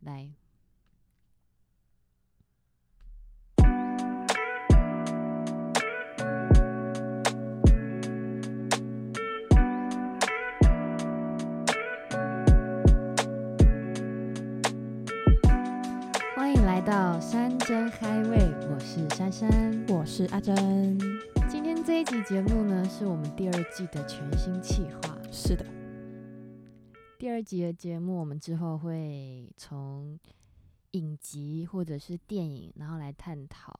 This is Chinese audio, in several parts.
来，欢迎来到山珍嗨味，我是珊珊。我是阿珍。今天这一集节目呢，是我们第二季的全新企划。是的，第二集的节目，我们之后会从影集或者是电影，然后来探讨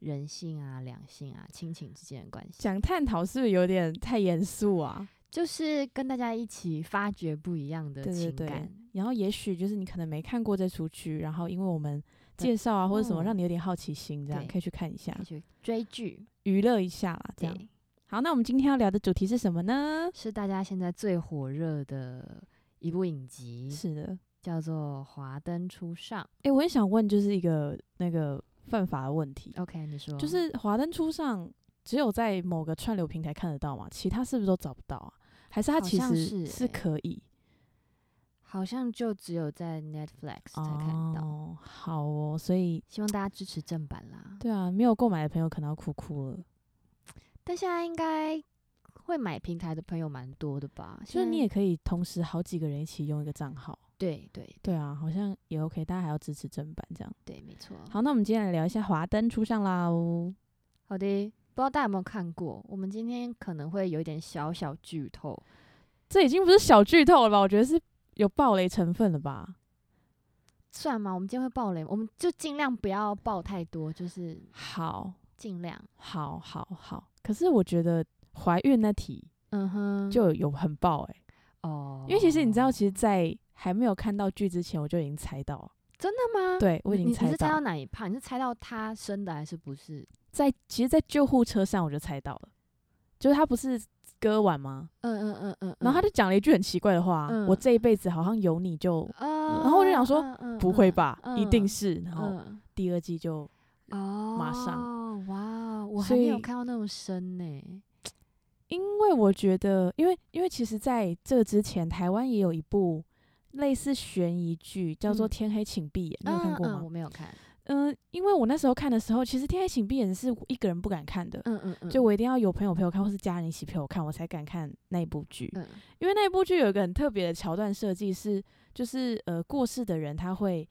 人性啊、两性啊、亲情之间的关系，讲探讨是不是有点太严肃啊？就是跟大家一起发掘不一样的对对情对感。。然后也许就是你可能没看过这出剧，然后因为我们介绍啊或者什么，嗯让你有点好奇心，这样对可以去看一下可以，去追剧，娱乐一下啦。这样对，好，那我们今天要聊的主题是什么呢？是大家现在最火热的一部影集，是的，叫做《华灯初上诶，我也想问，就是一个那个犯法的问题》。， OK，你说就是《华灯初上》只有在某个串流平台看得到嘛？其他是不是都找不到啊？还是它好其像实是欸可以好像就只有在 Netflix 才看得到，哦？好哦，所以希望大家支持正版啦。对啊，没有购买的朋友可能要哭哭了。但现在应该会买平台的朋友蛮多的吧？所以现你在也可以同时好几个人一起用一个账号。对对对啊，好像也 OK，大家还要支持正版这样。对，没错。好，那我们今天来聊一下《华灯初上》啦哦。好的，不知道大家有没有看过？我们今天可能会有一点小小剧透，这已经不是小剧透了吧？我觉得是有暴雷成分了吧？算吗？我们今天会爆雷，我们就尽量不要爆太多，就是好，尽量。好，好，好。可是我觉得怀孕那题嗯哼，就有很爆哎、哦，因为其实你知道，其实，在还没有看到剧之前，我就已经猜到了，真的吗？对我已嗯你经你猜是猜到到了，哪一趴？你是猜到他生的还是不是？在其实，在救护车上我就猜到了，就是他不是割腕吗？嗯嗯嗯嗯，然后他就，就讲了一句很奇怪的话啊：“我嗯这一辈子好像有你就呃然后我就想说嗯嗯不会吧，嗯一定嗯是。”然后嗯第二季就哦，马上哇，我还所没有以看到那么深呢、因为我觉得，因为因为其实在这之前，台湾也有一部类似悬疑剧叫做嗯《天黑请闭眼》，你有看过嗯嗯？吗我？没有看。嗯，因为我那时候看的时候，其实《天黑请闭眼》是我一个人不敢看的，嗯嗯嗯，就我一定要有朋友陪我看，或是家人一起陪我看，我才敢看那一部剧。嗯因为那一部剧有一个很特别的桥段设计是，就是呃过世的人他会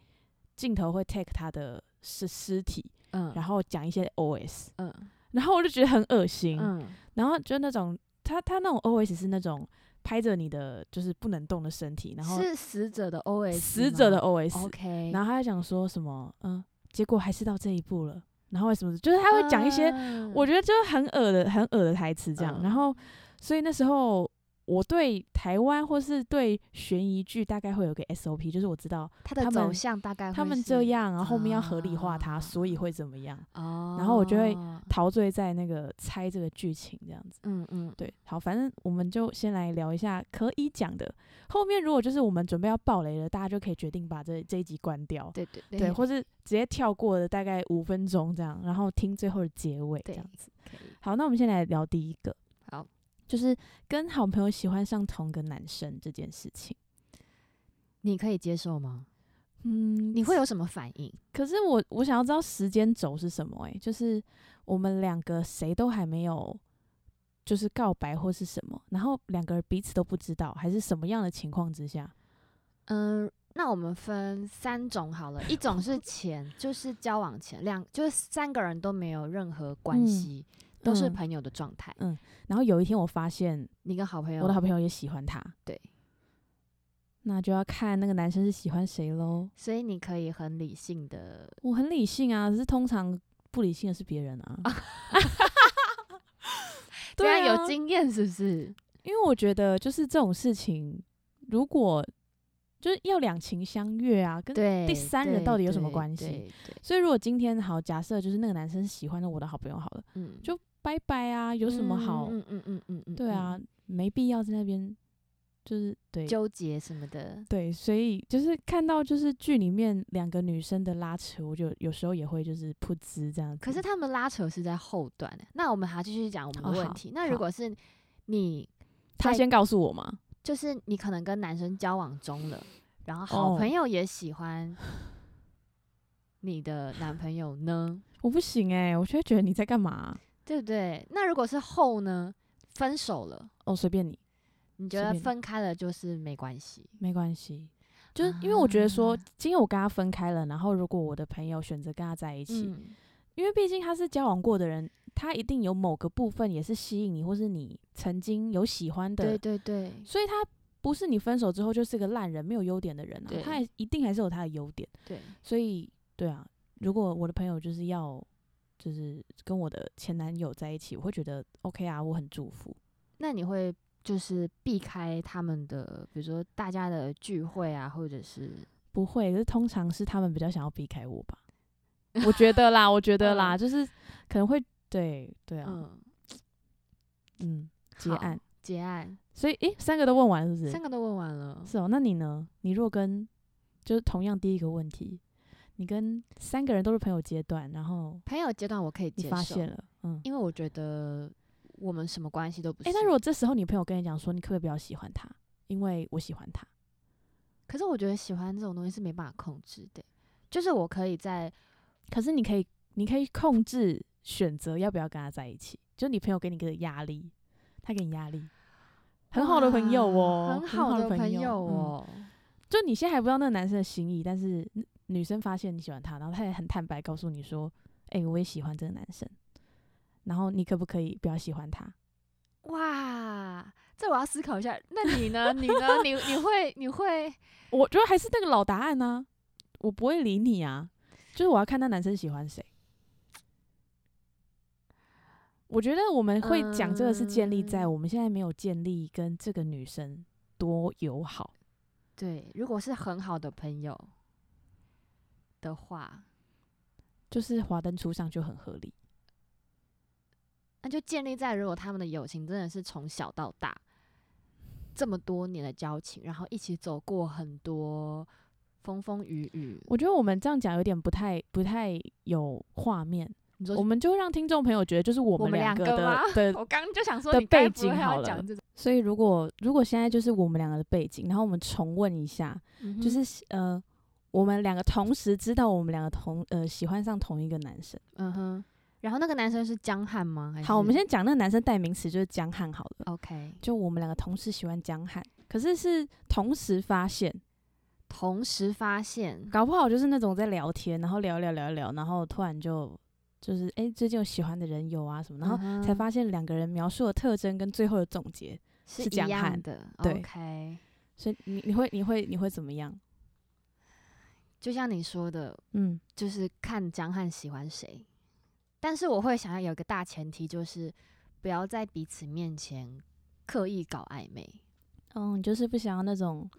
镜头会 take 他的尸尸体，嗯，然后后讲一些 OS，嗯然后我就觉得很恶心，嗯然后就那种他他那种 OS 是那种拍着你的就是不能动的身体，然后是死者的 OS，死者的吗 OS，、 OK，然后他就讲说什么嗯，结果还是到这一步了，然后为什么就是他会讲一些嗯我觉得就是很恶的、很恶的台词这样。嗯然后，所以那时候我对台湾或是对悬疑剧大概会有个 SOP，就是我知道他他的走们向大概他会们是这样，然后后面要合理化它，啊所以会怎么样，哦，然后我就会嗯陶醉在那个猜这个剧情这样子。嗯对，好，反正我们就先来聊一下可以讲的。后面如果就是我们准备要爆雷了，大家就可以决定把这这一集关掉，对对对，或是直接跳过的大概五分钟这样，然后听最后的结尾这对样子。可以好，那我们先来聊第一个。好，就是跟好朋友喜欢上同个男生这件事情。你可以接受吗？嗯你会？有什么反应？可是我我想要知道时间轴是什么、欸？就是我们两个谁都还没有，就是告白或是什么，然后两个人彼此都不知道，还是什么样的情况之下？嗯，那我们分三种好了，一种是前，就是交往前，两就是三个人都没有任何关嗯系，都是嗯朋友的状态。然后有一天我发现你跟好朋友，我的好朋友也喜欢他，对，那就要看那个男生是喜欢谁喽。所以你可以很理性的，我很理性啊，可是通常不理性的是别人啊。 对啊，啊有经验是不是？因为我觉得就是这种事情，如果就是要两情相悦啊，跟对，第三人对到底有什么对关系对对所以如果今天好，假设就是那个男生喜欢的我的好朋友好了，嗯，就拜拜啊，有什么好？嗯嗯嗯嗯嗯，对嗯，啊，没必要在那边就是对纠结什么的，对，所以就是看到就是剧里面两个女生的拉扯，我就有时候也会就是噗嗤这样子。可是他们拉扯是在后段欸、那我们还要继续讲我们的嗯哦问好题。那如好果是你，他在先告诉我嘛，就是你可能跟男生交往中了，然后好哦朋友也喜欢你的男朋友呢，我不行哎、我就会觉得你在干嘛、对不对？那如果是后呢，分手了，哦，随便你，你觉随得便你分开了就是没关系？没关系。就是因为我觉得说啊，今天我跟他分开了，然后如果我的朋友选择跟他在一起，嗯，因为毕竟他是交往过的人，他一定有某个部分也是吸引你，或是你曾经有喜欢的，对对对，所以他不是你分手之后就是个烂人，没有优点的人啊对，他还一定还是有他的优点。对，所以，对啊，如果我的朋友就是要就是跟我的前男友在一起，我会觉得 OK 啊，我很祝福。那你会就是避开他们的，比如说大家的聚会啊，或者是不会，可是通常是他们比较想要避开我 吧。我觉得啦，我觉得啦，嗯就是可能会对对啊，嗯嗯，结好案。结案，所以，诶、三个都问完了是不三是？个都问完了，是哦，那你呢？你如果跟就是同样第一个问题，你跟三个人都是朋友阶段，然后朋友阶段我可以你接发受，现了，嗯，因为我觉得我们什么关系都不是。诶、那如果这时候你朋友跟你讲说，你可不可以不要喜欢他，因为我喜欢他，可是我觉得喜欢这种东西是没办法控制的，就是我可以在可是你可以，你可以控制选择要不要跟他在一起。就你朋友给你个压力，他给你压力，很好的朋友哇哦，很好好的朋友嗯哦。就你现在还不知道那个男生的心意，但是女女生发现你喜欢他，然后他也很坦白告诉你说：“哎、我也喜欢这个男生。”然后你可不可以不要喜欢他？哇，这我要思考一下。那你呢？你呢？你你会你会我觉得还是那个老答案呢、我不会理你啊，就是我要看那男生喜欢谁。我觉得我们会讲这个是建立在嗯我们现在没有建立跟这个女生多友好， 对？如果是很好的朋友的话，就是华灯初上就很合理。那就建立在如果他们的友情真的是从小到大这么多年的交情，然后一起走过很多风风雨雨。我觉得我们这样讲有点不太不太有画面，你说我们就让听众朋友觉得就是我我们们两两个个的吗的我刚刚就想说的你该背不会景还要好了讲这种，所以如果如果现在就是我们两个的背景，然后我们重问一下，嗯就哼是呃，我们两个同时知道我们两个同呃喜欢上同一个男生。嗯哼。然后那个男生是江汉吗？还好，我们是先讲那个男生代名词就是江汉好了， OK，就我们两个同时喜欢江汉，可是是同时发现，同时发现搞不好就是那种在聊天，然后聊一聊聊一聊，然后突然就就是哎、诶最近有喜欢的人有啊什么，然后后才发现两个人描述的特征跟最后的总结。是是一江样汉的。对 OK，所以你你会你会你会怎么样？就像你说的，嗯，就是看江汉喜欢谁。但是我会想要有一个大前提，就是不要在彼此面前刻意搞暧昧。嗯，就是不想要那种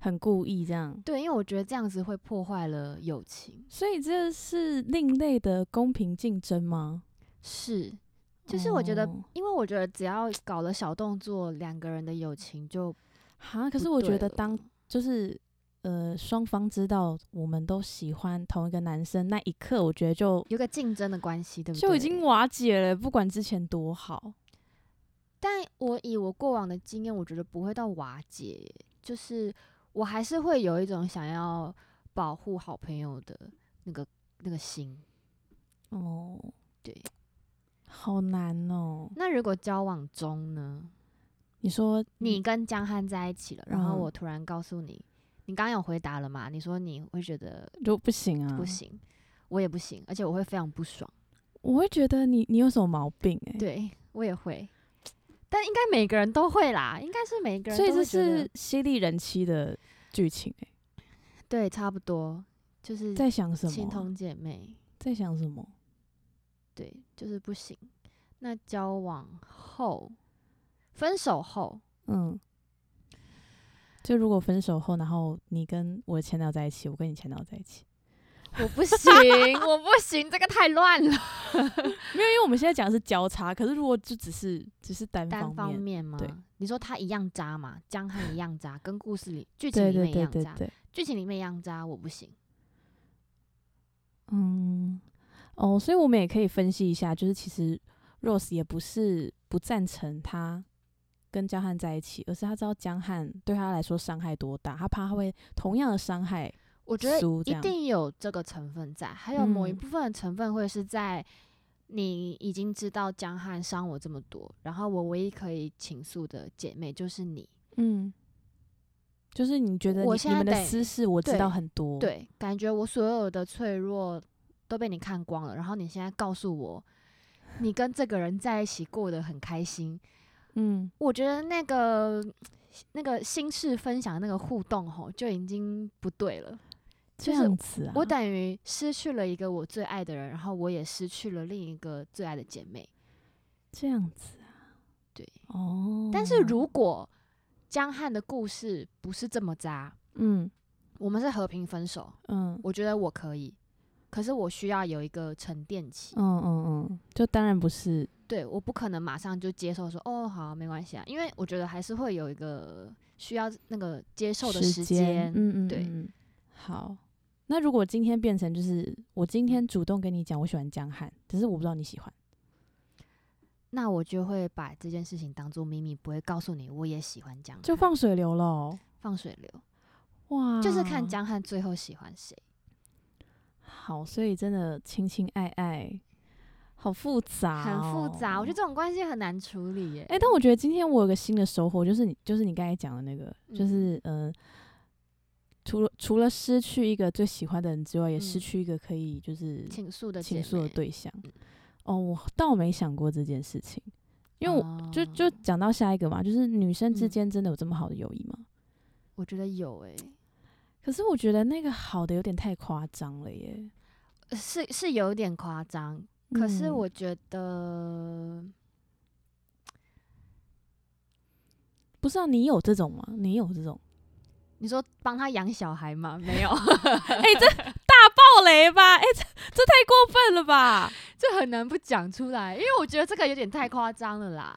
很故意这样。对，因为我觉得这样子会破坏了友情。所以这是另类的公平竞争吗？是，就是我觉得哦因为我觉得只要搞了小动作，两个人的友情就哈，不可是我觉对得了当就是呃双方知道我们都喜欢同一个男生那一刻，我觉得就有个竞争的关系，对不对？就已经瓦解了，不管之前多好。但我以我过往的经验，我觉得不会到瓦解，就是我还是会有一种想要保护好朋友的那个那个心。哦，对，好难哦。那如果交往中呢，你说你跟江汉在一起了，然后嗯我突然告诉你，你刚刚有回答了嘛？你说你会觉得就不行啊，不，行，我也不行，而且我会非常不爽，我会觉得你你有什么毛病哎、对我也会。但应该每个人都会啦，应该是每个人所以都这会觉得。是犀利人妻的剧情哎、对，差不多就是在想什亲么啊？同姐妹。在想什么？对，就是不行。那交往后，分手后，嗯，就如果分手后，然后你跟我前男友在一起，我跟你前男友在一起，我不行，我不行，这个太乱了。没有，因为我们现在讲的是交叉，可是如果就只是只是单单方方面吗对？你说他一样渣嘛？江汉一样渣，跟故事里剧情对里对面一对样对渣，对，剧情里面一样渣，我不行。嗯，哦，所以我们也可以分析一下，就是其实 Rose 也不是不赞成他跟江汉在一起，而是他知道江汉对他来说伤害多大，他怕他会同样的伤害。我觉得书这一样定有这个成分在，还有某一嗯部分的成分会是在你已经知道江汉伤我这么多，然后我唯一可以倾诉的姐妹就是你，嗯，就是你觉得你我你现在们的得私事我知对道很多，，对，感觉我所有的脆弱都被你看光了，然后你现在告诉我，你跟这个人在一起过得很开心，嗯，我觉得那个那个心事分享那个互动吼就已经不对了。这就是样子啊，我等于失去了一个我最爱的人，然后我也失去了另一个最爱的姐妹。这样子啊，对，哦，但是如果江汉的故事不是这么渣，嗯我们是和平分手，嗯我觉得我可以。可是我需要有一个沉淀期，嗯嗯嗯，就当然不是，对，我不可能马上就接受说哦好没关系啊，因为我觉得还是会有一个需要那个接受的时间，嗯嗯，对嗯，嗯好。那如果今天变成就是我今天主动跟你讲我喜欢江汉，只是我不知道你喜欢，那我就会把这件事情当做秘密，不会告诉你我也喜欢江汉，就放水流喽。放水流，哇，就是看江汉最后喜欢谁。好，所以真的情情爱爱，好复杂、哦很复杂，我觉得得。这种关系很难处理耶。哎、但我觉得今天我有个新的收获，就是你，就是你刚才讲的那个，就嗯是嗯、呃除了除了失去一个最喜欢的人之外，也失嗯去一个可以就是倾诉的倾姐诉的妹，对象嗯。哦，我倒没想过这件事情，因为我、就哦就讲到下一个嘛，就是女生之嗯间真的有这么好的友谊吗？我觉得有哎、可是我觉得那个好的有点太夸张了耶。呃是是有点夸张，可是嗯我觉得不知道你有这种吗？你有这种？你说帮他养小孩吗？没有，哎、这大爆雷吧？哎、这这太过分了吧？这很难不讲出来，因为我觉得这个有点太夸张了啦，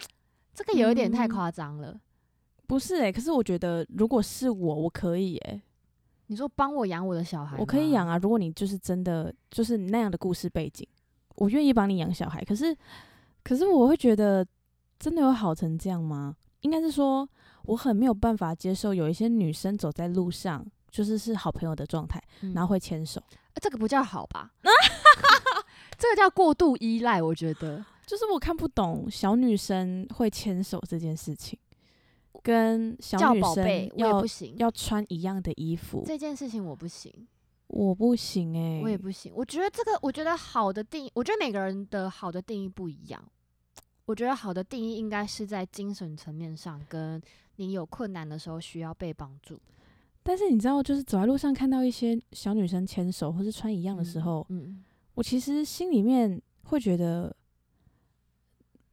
嗯这个有一点太嗯夸张了。不是哎、可是我觉得如果是我，我可以哎、你说帮我养我的小孩，我可以养。啊。如果你就是真的就是你那样的故事背景，我愿意帮你养小孩。可是，可是我会觉得真的有好成这样吗？应该是说我很没有办法接受有一些女生走在路上。就是是好朋友的状态，嗯然后会牵手，呃这个不叫好 吧？这个叫过度依赖，我觉得。就是我看不懂小女生会牵手这件事情，跟小叫女宝生贝我也要不行，要穿一样的衣服，这件事情我不行。我不行哎、我也不行。我觉得这个，我觉得好的定义，我觉得每个人的好的定义不一样。我觉得好的定义应该是在精神层面上，跟你有困难的时候需要被帮助。但是你知道，就是走在路上看到一些小女生牵手或是穿一样的时候，嗯，我其实心里面会觉得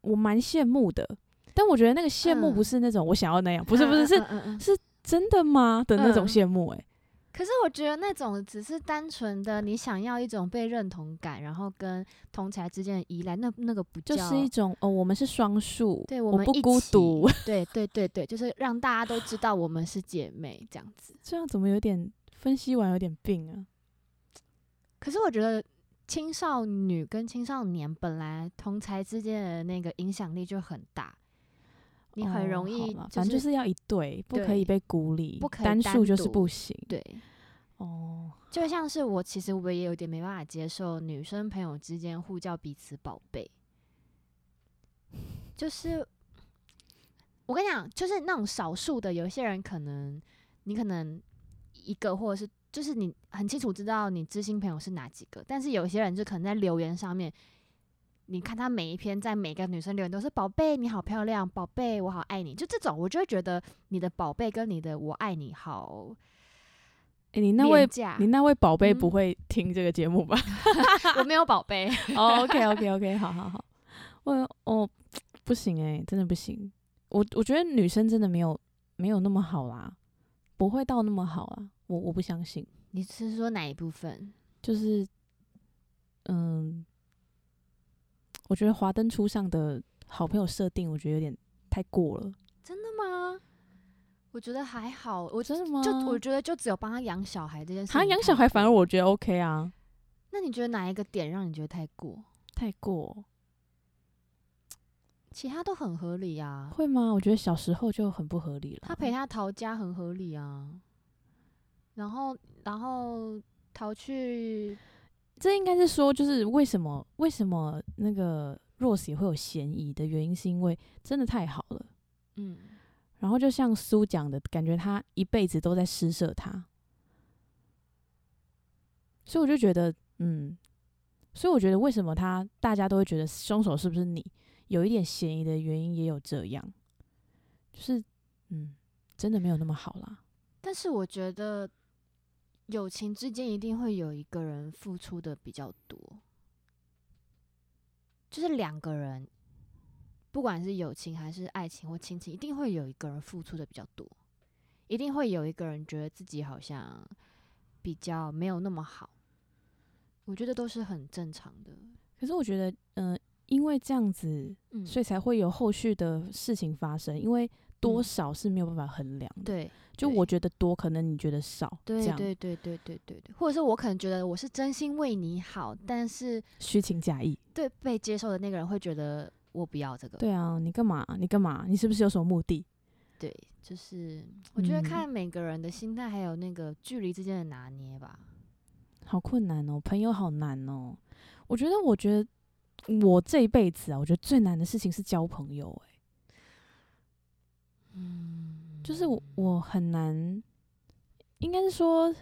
我蛮羡慕的，但我觉得那个羡慕嗯不是那种我想要那样，不是不是嗯是嗯嗯嗯真的吗的那种嗯羡慕、欸，可是我觉得那种只是单纯的你想要一种被认同感，然后跟同才之间的依赖，那那个不叫。就是一种哦，我们是双数，对我我们不一孤起独， 对对对对，就是让大家都知道我们是姐妹这样子。这样怎么有点分析完有点病啊？可是我觉得青少女跟青少年本来同才之间的那个影响力就很大，你很哦容好易啦就反正就是是要一对，不可以对被孤立，不可以单单数就是独不行。对，哦，就像是我其实我也有点没办法接受女生朋友之间互叫彼此宝贝，就是我跟你讲，就是那种少数的，有些人可能你可能一个或者是。就是你很清楚知道你知心朋友是哪几个，但是有些人就可能在留言上面，你看他每一篇在每个女生留言都是“宝贝你好漂亮”，“宝贝我好爱你”，就这种，我就会觉得你的宝贝跟你的我爱你好诶你那位廉价。你那位宝贝嗯不会听这个节目吧？ 我没有宝贝， 哦，OK OK OK，好好好，我哦不行哎、真的不行。我我觉得女生真的没有没有那么好啦，不会到那么好啦，我我不相信。你是说哪一部分？就是嗯，我觉得《华灯初上》的好朋友设定，我觉得有点太过了。真的吗？我觉得还好，我真的吗？就我觉得就只有帮他养小孩这件事情。好像养小孩，反而……我觉得 OK 啊，那你觉得哪一个点让你觉得太过？太过。其他都很合理啊。会吗？我觉得小时候就很不合理了。他陪他逃家很合理啊，然后然后逃去这应该是说，就是为什么为什么那个 Rose 也会有嫌疑的原因，是因为真的太好了。嗯，然后就像苏讲的，感觉他一辈子都在施舍他，所以我就觉得，嗯，所以我觉得为什么他大家都会觉得凶手是不是你，有一点嫌疑的原因也有这样，就是嗯，真的没有那么好啦。但是我觉得友情之间一定会有一个人付出的比较多，就是两个人，不管是友情还是爱情或亲情，一定会有一个人付出的比较多，一定会有一个人觉得自己好像比较没有那么好，我觉得都是很正常的。可是我觉得，嗯、因为这样子，嗯，所以才会有后续的事情发生，因为多嗯少是没有办法衡量的。对就对我觉得多，可能你觉得少，对这样对对对对对对，或者是我可能觉得我是真心为你好，但是虚情假意。对被接受的那个人会觉得我不要这个。对啊，你干嘛？你干嘛？你是不是有什么目的？对，就是我觉得嗯看每个人的心态还有那个距离之间的拿捏吧。好困难哦，朋友好难哦。我觉得，我觉得我这一辈子啊，我觉得最难的事情是交朋友、欸。嗯，就是我我很难，应该是说，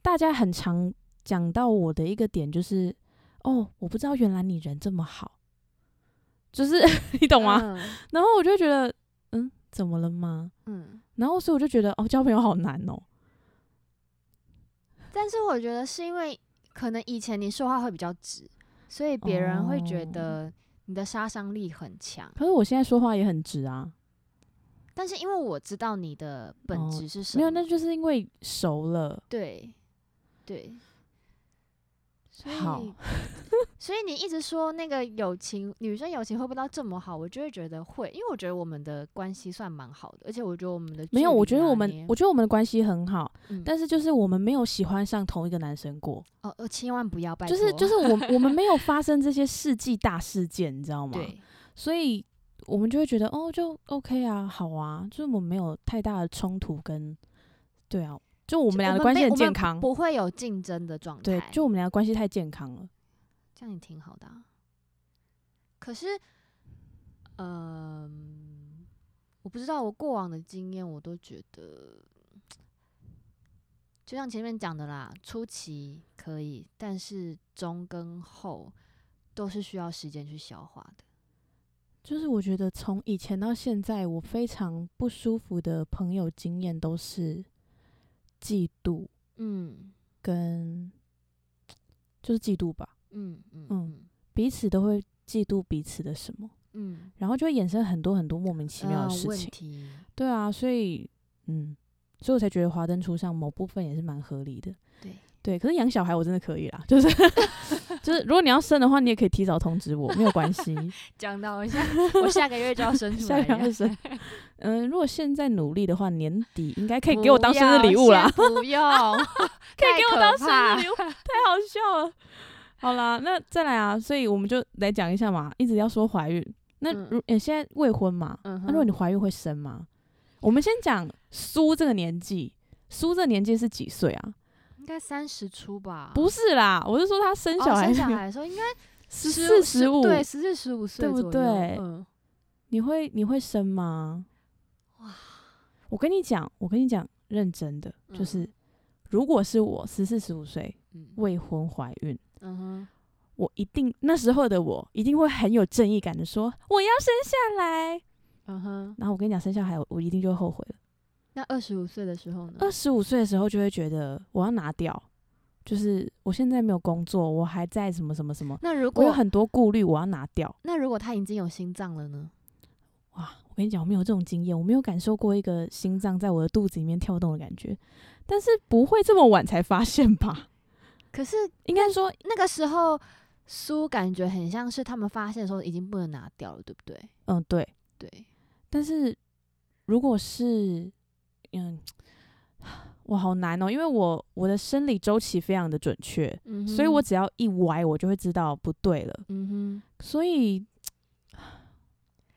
大家很常讲到我的一个点就是，哦，我不知道原来你人这么好，就是 你懂吗？嗯？然后我就会觉得，嗯，怎么了吗？ 嗯，然后所以我就觉得，哦，交朋友好难哦。但是我觉得是因为可能以前你说话会比较直，所以别人会觉哦得你的杀伤力很强。可是我现在说话也很直啊，但是因为我知道你的本哦质是什没么，有，那就是因为熟了。对对，所好以所以你一直说那个友情，女生友情会不会到这么好？我就会觉得会，因为我觉得我们的关系算蛮好的，而且我觉得我们的没距离有，我觉得拿我们捏，我觉得我们的关系很好，嗯但是就是我们没有喜欢上同一个男生过，哦，呃千万不要拜就托，是就是我我们没有发生 这些世纪大事件，你知道吗？，对所以我们就会觉得哦，就 OK 啊，好啊，就是我们没有太大的冲突跟对啊，就我就们俩的我们关系没很我们健康，不会有竞争的状态，对，就我们俩的关系太健康了。这样也挺好的、啊。可是，嗯、我不知道，我过往的经验，我都觉得，就像前面讲的啦，初期可以，但是中跟后都是需要时间去消化的。就是我觉得从以前到现在，我非常不舒服的朋友经验都是嫉妒嗯跟就是嫉妒吧，嗯嗯嗯彼此都会嫉妒彼此的什么，嗯，然后就会衍生很多很多莫名其妙呃的事问情。 题对啊，所以嗯，所以我才觉得华灯初上某部分也是蛮合理的。对对，可是养小孩我真的可以啦，就是 就是，如果你要生的话，你也可以提早通知我，没有关 系，讲到一下，我下个月就要生出下来一秒了 就。生。嗯，如果现在努力的话，年底应该可以给我当生日礼不物要啦 先，不用，可以给我当生 日礼物，太好笑了。好啦，那再来啊，所以我们就来讲一下嘛，一直要说怀孕。那嗯如、呃现在未婚嘛，嗯哼，那如果你怀孕会生吗？我们先讲苏这个年纪，苏这个年纪是几岁啊？应该三十出吧？不是啦，我是说她生哦小 孩生小孩的时候应该十四十五，对，十四十五岁对不左右对嗯，你会你会生吗？哇，我跟你讲，我跟你讲，认真的，就嗯是、如果是我十四十五岁嗯未婚怀孕，嗯哼，我一定那时候的我一定会很有正义感的说我要生下来。嗯哼。然后我跟你讲，生小孩我我一定就会后悔了。那二十五岁的时候呢？二十五岁的时候就会觉得我要拿掉，就是我现在没有工作，我还在什么什么什么，那如我有果很多顾虑，我要拿掉。那如果他已经有心脏了呢？哇，我跟你讲，我没有这种经验，我没有感受过一个心脏在我的肚子里面跳动的感觉，但是不会这么晚才发现吧？可是应该说，那个时候，苏感觉很像是他们发现的时候已经不能拿掉了，对不对？嗯，对。对，但是如果是，嗯， 我好难哦，因为我我的生理周期非常的准确，嗯哼，嗯所以我只要一歪，我就会知道不对了。 嗯哼，所以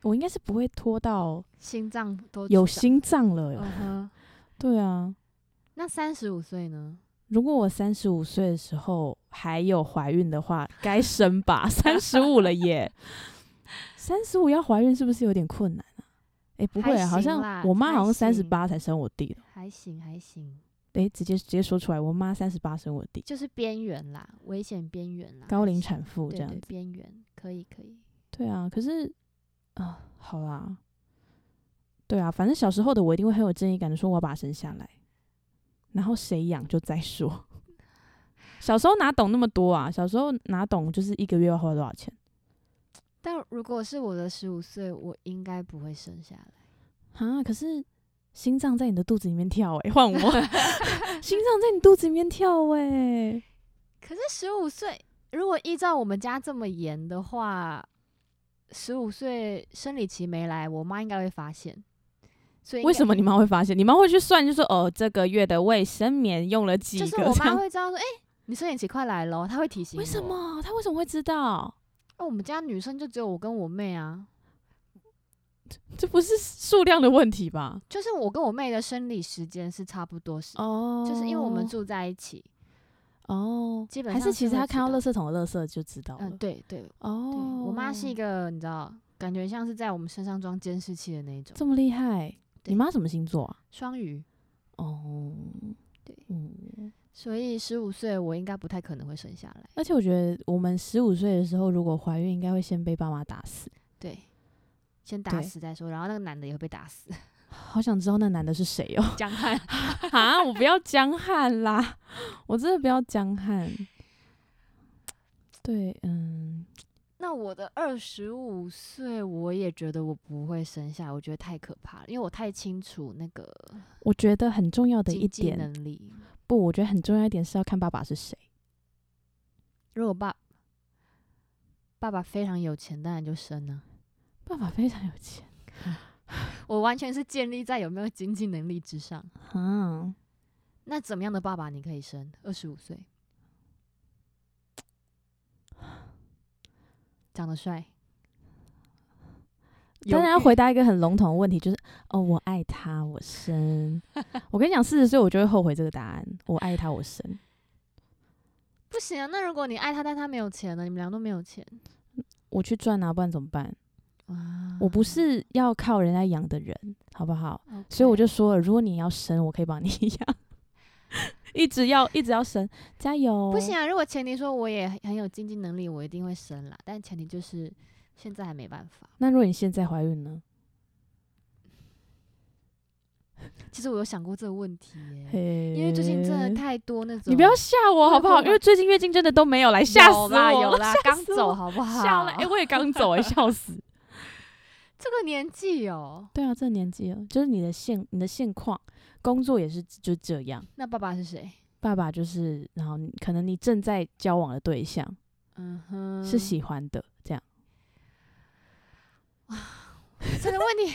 我应该是不会拖到心脏都有心。心脏了、嗯哼，对啊，那三十五岁呢？如果我三十五岁的时候还有怀孕的话，该生吧，三十五 了耶。三十五要怀孕是不是有点困难啊？哎、不会、还啊，好行啦像我妈好像还三十行八才生我弟的。还行还行，哎、直接直接说出来，我妈三十八生我弟，就是边缘啦，危险边缘啦，高还龄行产妇对这样对子。边缘可以可以。对啊，可是啊、好啦，对啊，反正小时候的我一定会很有正义感的，说我要把他生下来，然后谁养就再说。 小时候哪懂那么多啊？小时候哪懂就是一个月要花多少钱？但如果是我的十五岁，我应该不会生下来。啊，可是心脏在你的肚子里面跳哎、 换我，心脏在你肚子里面跳哎、可是十五岁，如果依照我们家这么严的话，十五岁生理期没来，我妈应该会发现。所以应为该什么你妈会发现？你妈会去算，就说哦，这个月的卫生棉用了几个？就是我这妈样会知道说，哎、你生理期快来了，她会提醒我。为什？么？她为什么会知道？那、我们家女生就只有我跟我妹啊，这不是数量的问题吧？就是我跟我妹的生理时间是差不多时，哦就是因为我们住在一起。哦，基本还上是其是实会她知看到道垃圾桶的垃圾就知道了。嗯，对对对，哦，我妈是一个你知道，感觉像是在我们身上装监视器的那一种。这么厉害。对你妈什么星座啊？双鱼，哦，对嗯，所以十五岁我应该不太可能会生下来。而且我觉得我们十五岁的时候，如果怀孕，应该会先被爸妈打死。对，先打对死再说，然后那个男的也会被打 死。好想知道那男的是谁 哦！江汉，啊，我不要江汉啦，我真的不要江汉。对，嗯，那我的二十五岁，我也觉得我不会生下来，我觉得太可怕了，因为我太清楚那个我觉得很重要的一经济点，能力。不，我觉得很重要一点是要看爸爸是谁。如果爸爸爸非常有钱，当然就生了、爸爸非常有钱我完全是建立在有没有经济能力之上。啊，那怎么样的爸爸你可以生？二十五岁，长得帅，当然要有回答一个很笼统的问题，就是哦，我爱他，我 生。我跟你讲，四十岁我就会后悔这个答案。我爱他，我生。不行啊！那如果你爱他，但他没有钱呢？你们俩都没有钱我去赚啊，不然怎么办？啊我不是要靠人家养的人，好不好？所以我就说了，如果你要生，我可以帮你养， 一直要一直要生，加油！不行，啊！如果前提说我也很有经济能力，我一定会生啦。但前提就是现在还没办法。那如果你现在怀孕呢？其实我有想过这个问题耶、因因为最近真的太多那种你不要吓我好不好？ 那个因为最近月经真的都没有来， 吓死有我啦有了，啦，刚走好不好？吓了！哎，我也刚走哎，笑死！这个年纪哦、 对啊，这个年纪了，就是你的现你的现况，工作也是就这样。那爸爸是谁？爸爸就是，然后你可能你正在交往的对象嗯哼，是喜欢的，这样这个问题，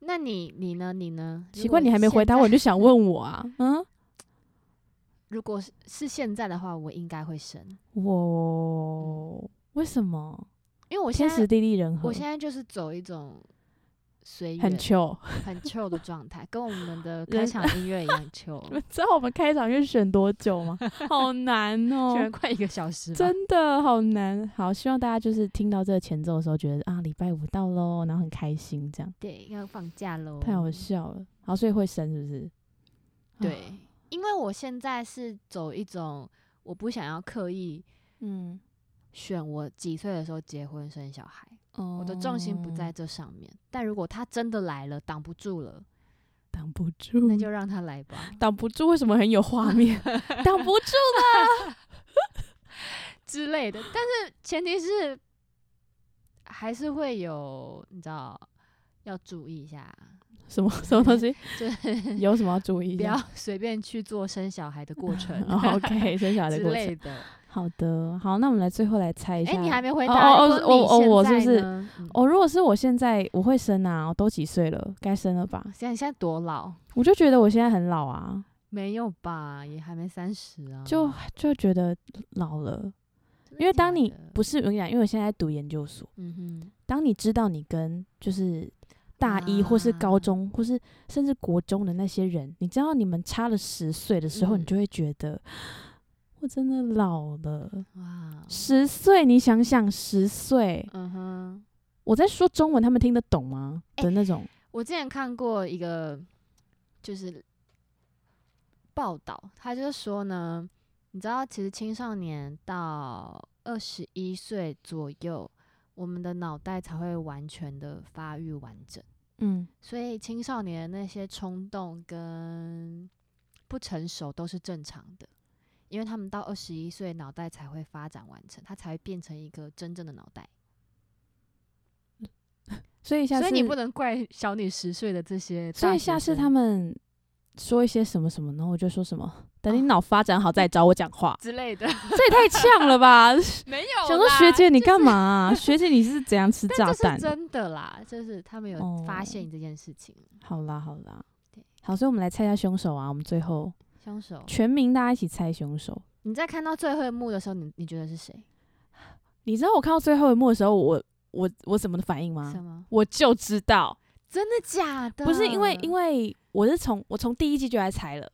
那你你呢？你呢？奇怪，你还没回答我，我。你就想问我啊？嗯，如果是是现在的话，我应该会生，我为什么因为我现天时在地利人和我现在就是走一种随很缘、糗？很 chill 的状态，跟我们的人开场音乐一样 chill，你们知道我们开场乐选多久吗？好难哦 居、然快一个小时吧。真的好难。好，希望大家就是听到这个前奏的时候，觉得啊，礼拜五到喽，然后很开心，这样对，要放假喽。太好笑了。好，所以会生是不是？啊哦对，因为我现在是走一种我不想要刻意嗯，选我几岁的时候结婚生小孩，哦我的重心不在这上面。但如果他真的来了，挡不住了，挡不住，那就让他来吧。挡不住，为什么很有画面？ 挡不住了，之类的。但是前提是还是会有，你知道，要注意一下，什么什么 东西？就是有什么要注意一不下要？ 随便去做生小孩的过程哦 OK，生小孩的之过程类。的。好的，好，那我们来最后来猜一哎、下。你还没回哦答哦如果哦哦你我现是不在是呢嗯哦，如果是我现在，我会生啊，我都几岁了，该生了吧？现在现在多老？我就觉得我现在很老啊，没有吧，也还没三十啊。就就觉得老了。真的因为当假你的不是我跟你讲，因为我现在在读研究所，嗯哼，当你知道你跟就是大一啊或是高中、或是甚至国中的那些人，你知道你们差了十岁的时候，你嗯就会觉得我真的老哦了。哇，十岁，你想想，十岁，嗯哼，我在说中文，他们听得懂吗？哎的那种，我之前看过一个就是报道，他就说呢，你知道，其实青少年到二十一岁左右，我们的脑袋才会完全的发育完整。嗯，所以青少年的那些冲动跟不成熟都是正常的，因为他们到二十一岁脑袋才会发展完成，他才会变成一个真正的脑袋。所以下次，所以你不能怪小你十岁的这些大学生。所以下次他们说一些什么什么，然后我就说什么，等你哦，脑发展好再找我讲 话之类的这也太呛 了吧！没有。想说学，姐你干嘛啊、学姐你是怎样吃炸 但这是弹？哦真的啦，就是他们有发现这件事情。好啦好啦对，好，所以我们来猜一下凶手啊！我们最后凶手，全民大家一起猜凶手。你在看到最后一幕的时候，你你觉得是谁？你知道我看到最后一幕的时候，我我我什么的反应什吗？么？啊我就知道，真的假的？不是因为因为为我是从我从第一季就来猜了，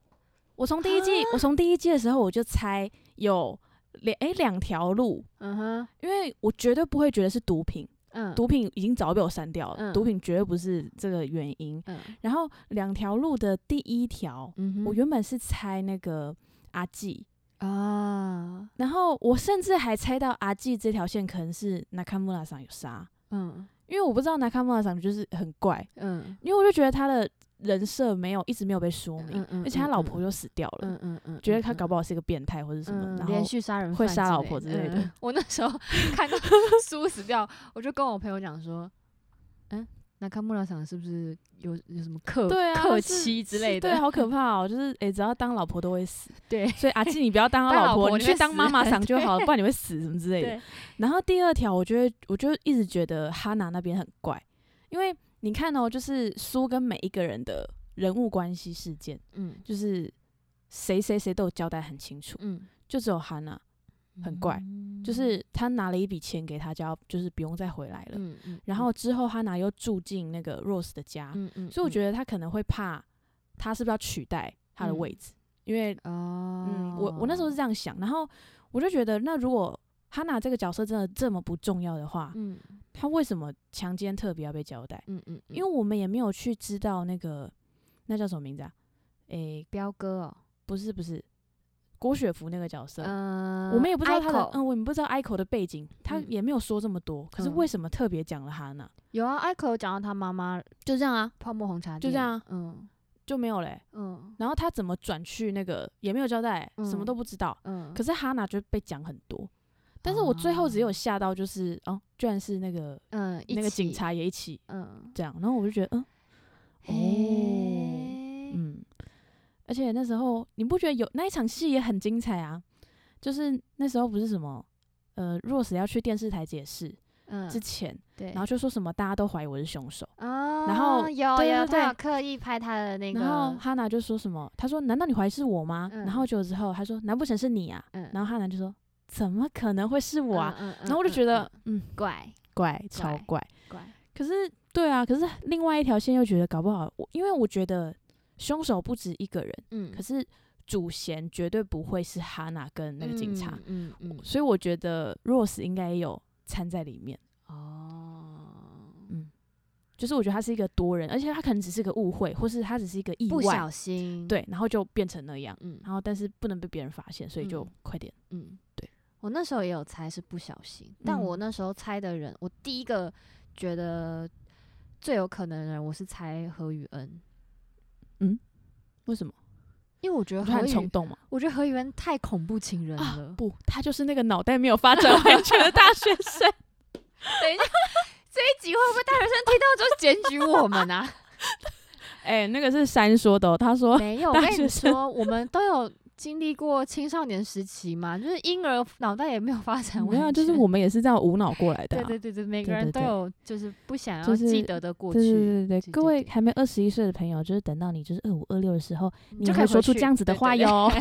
我从第一季啊我从第一季的时候我就猜有两诶两条路，嗯哼因为我绝对不会觉得是毒品，嗯毒品已经早被我删掉了，嗯毒品绝对不是这个原因。嗯然后两条路的第一条，嗯哼我原本是猜那个阿纪，啊然后我甚至还猜到阿纪这条线可能是 Nakamura 上有杀，嗯因为我不知道 Nakamura 上就是很怪，嗯因为我就觉得他的人设没有一直没有被说明，嗯嗯而且他老婆就死掉了，嗯嗯嗯，觉得他搞不好是一个变态或者什么，嗯然后连续杀人会犯杀之老婆之类的 嗯我那时候看到苏死掉，我就跟我朋友讲说，嗯，那看木料厂是不是有有什么克对啊，克是妻之类是的？对，好可怕哦！就是诶、只要当老婆都会死，对所以阿纪你不 要当他当老老婆，婆你你去会当死 妈妈桑就好了，对不然你会死什么之类的。对，然后第二条，我觉得我就一直觉得哈娜那边很怪，因为你看哦，就是苏跟每一个人的人物关系事件，嗯就是谁谁谁都有交代很清楚，嗯，就只有哈娜，很怪嗯，就是他拿了一笔钱给他，叫就是不用再回来了。嗯嗯，然后之后哈娜又住进那个 Rose 的家，嗯嗯，所以我得觉得他可能会怕他是不是要取代他的嗯位置，因为哦，嗯，我我那时候是这样想，然后我就觉得，那如果哈娜这个角色真的这么不重要的话，嗯她为什么强奸特别要被交代？嗯嗯，因为我们也没有去知道那个那叫什么名字啊？诶、彪哥哦，不是不是，郭雪芙那个角色，嗯，我们也不知道她的， Aiko 嗯，我们不知道 Ico 的背景，她嗯也没有说这么多，可是嗯为什么特别讲了哈娜？有啊，艾可有讲到他妈妈就这样啊，泡沫红茶就这店样啊嗯就没有嘞、嗯然后她怎么转去那个也没有交代，什嗯么都不知道。嗯，可是哈娜就被讲很多，但是我最后只有哦吓到，就是哦、居然是那个嗯一那个警起察哦也一起嗯，这样，然后我就觉得，嗯，嘿，嗯，而且那时候你不觉得有那一场戏也很精彩啊？就是那时候不是什么呃，Rose 要去电视台解释嗯，之前，对，然后就说什么大家都怀疑我是凶手，啊，然后有对有对对他有刻意拍他的那个，然后哈娜就说什么，她说难道你怀疑是我吗？嗯然后久之后她说难不成是你啊？嗯然后哈娜就说怎么可能会是我啊？嗯，嗯然后我就觉得嗯嗯怪怪，超怪怪。怪，可是，对啊，可是另外一条线又觉得搞不好，我因为我觉得凶手不止一个人，嗯，可是是主嫌绝对不会是哈娜跟那个警察，，嗯嗯，所以我觉得 Rose 应该也有掺在里面。哦，就是我觉得他是一个多人，而且他可能只是个误会，或是他只是一个意不外小，心，，对，然后就变成那样，嗯然后但是不能被别人发现，所以就嗯快点，嗯，对。我那时候也有猜是不小心，但嗯我那时候猜的人，我第一个觉得最有可能的人，我是猜何宇恩，为什么？因为我觉得我就何很冲宇，动嘛。我觉得何宇恩太恐怖情人了。不，他就是那个脑袋没有发展完全的大学生， 这一集会不会大学生听到就 检举我们啊？哎、那个是三说的、哦，他说没有，我大跟学你生说，我们都有经历过青少年时期嘛，就是婴儿脑袋也没有发展完没全。有，啊就是我们也是这样无脑过来的、对啊。对对对，每个对人都对对有就是不想要就是记得的过对对去，对对对各位对还没二十一岁的朋友，就是等到你就是二五二六的时候，你就也可以会说回出去这样子的对对 话对哟，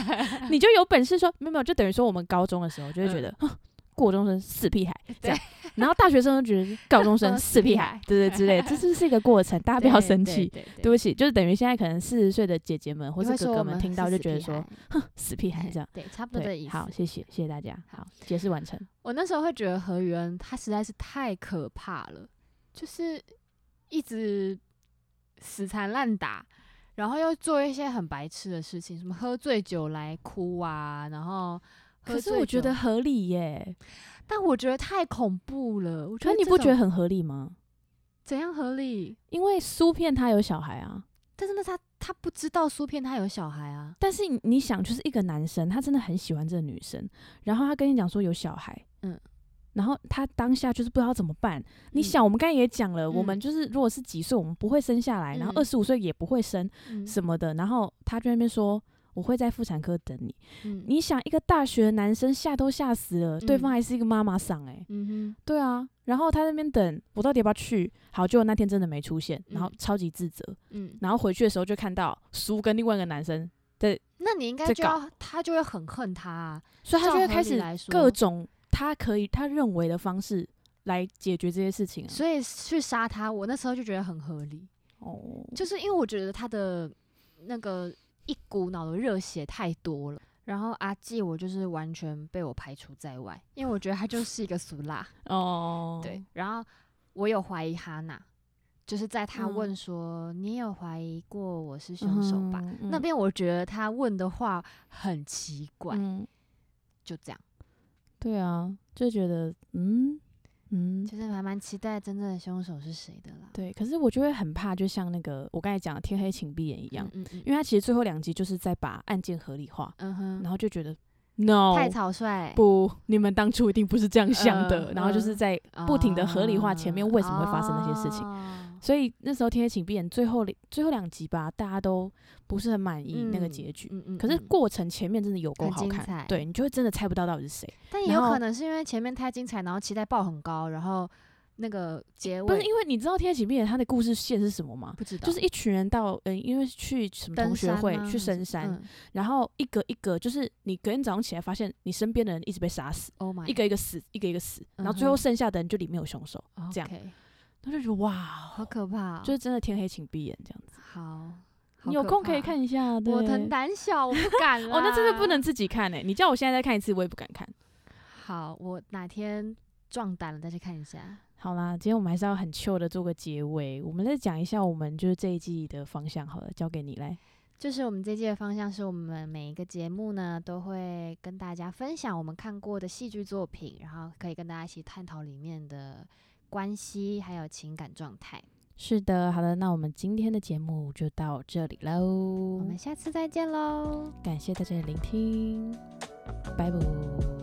你就有本事说没有没有，就等于说我们高中的时候就会觉嗯得，哼 国中生死 屁孩这对样，然后大学生就觉得高中生嗯死屁孩，对对之 类，这就是一个过程，大家不要生气。对对对不起，就是等于现在可能四十岁的姐姐们或你者会哥说哥我们们听到是就死觉得屁说孩，哼，死屁孩 这样。对，差不多的对，意思。好，谢谢，谢谢大家。好好，解释 完成。我那时候会觉得何宇恩他实在是太可怕了，就是一直死缠烂打，然后又做一些很白痴的事情，什么喝醉酒来哭啊，然后喝可是醉我觉酒得，合理耶。但我觉得太恐怖了。我觉可得是你这不觉种得很合理吗？怎样合理？因为苏片他有小孩啊，但是那他他不知道苏片他有小孩啊，但是你你想，就是一个男生，他真的很喜欢这个女生，然后他跟你讲说有小孩，嗯嗯，然后他当下就是不知道怎么办。你嗯想，我们刚才也讲了，我嗯们就是如果是几岁，我们不会生下来，然后嗯二十五岁也不会生嗯什么的，然后他就在那边说。我会在妇产科等你。嗯你想，一个大学的男生吓都吓死了，对方嗯还是一个妈妈桑哎、嗯对啊，然后他在那边等，我到底要不要去？好，结果那天真的没出现，然后嗯超级自责。哼嗯，然后回去的时候就看到苏跟另外一个男生，那你应该在就搞要他就会很恨他、啊，所以他就照会合开理始来说各种他可以他认为的方式来解决这些事情、啊。所以去杀他，我那时候就觉得很合理。哦，就是因为我觉得他的那个一股脑的热血太多了。然后阿纪，我就是完全被我排除在外，因为我觉得他就是一个俗辣。哦，对，，然后我有怀疑哈娜，就是在他嗯问说、你有怀疑过我是凶手吧？嗯？那边我觉得他问的话很奇怪，嗯，就这样，对啊，就觉得嗯嗯，就是还蛮期待真正的凶手是谁的啦。对。可是我就会很怕，就像那个我刚才讲的《天黑请闭眼》一样，嗯嗯因为他其实最后两集就是在把案件合理化，嗯哼，然后就觉得 no 太草率，哦不，你们当初一定不是这样想的，嗯然后就是嗯在不停地合理化前面为什么会发生那些事情情。所以那时候《天黑请闭眼》最后两最后两集吧，大家都不是很满意那个嗯结局。嗯嗯可是嗯过程前面真的有够很好精看彩，对你就会真的猜不到到底是谁。但也然有后可能是因为前面太精彩，然后期待报很高，然后那个结尾不是因为你知道《天黑请闭眼》它的故事线是什么吗？不知道，就是一群人到嗯，因为去什么登同学山会吗去还是深山，嗯然后一个一个就是你隔天早上起来发现你身边的人一直被杀死， ，Oh my，一个一个死，一个一个死，然后最后嗯哼剩下的人就里面有凶手，这样 OK，他就觉得哇，好可怕哦，就是真的天黑请闭眼这样子。好，好你有空可以怕，看一下，我对很胆小，我不敢哦，那真的不能啦。自己看诶、欸你叫我现在再看一次，我也不敢看。好，我哪天壮胆了再去看一下。好啦，今天我们还是要很 chill 的做个结尾，我们再讲一下我们就是这一季的方向好了，交给你来。就是我们这季的方向是我们每一个节目呢都会跟大家分享我们看过的戏剧作品，然后可以跟大家一起探讨里面的关系还有情感状态。是的，好的，那我们今天的节目就到这里喽我，们下次再见喽。感谢大家的聆听，拜拜。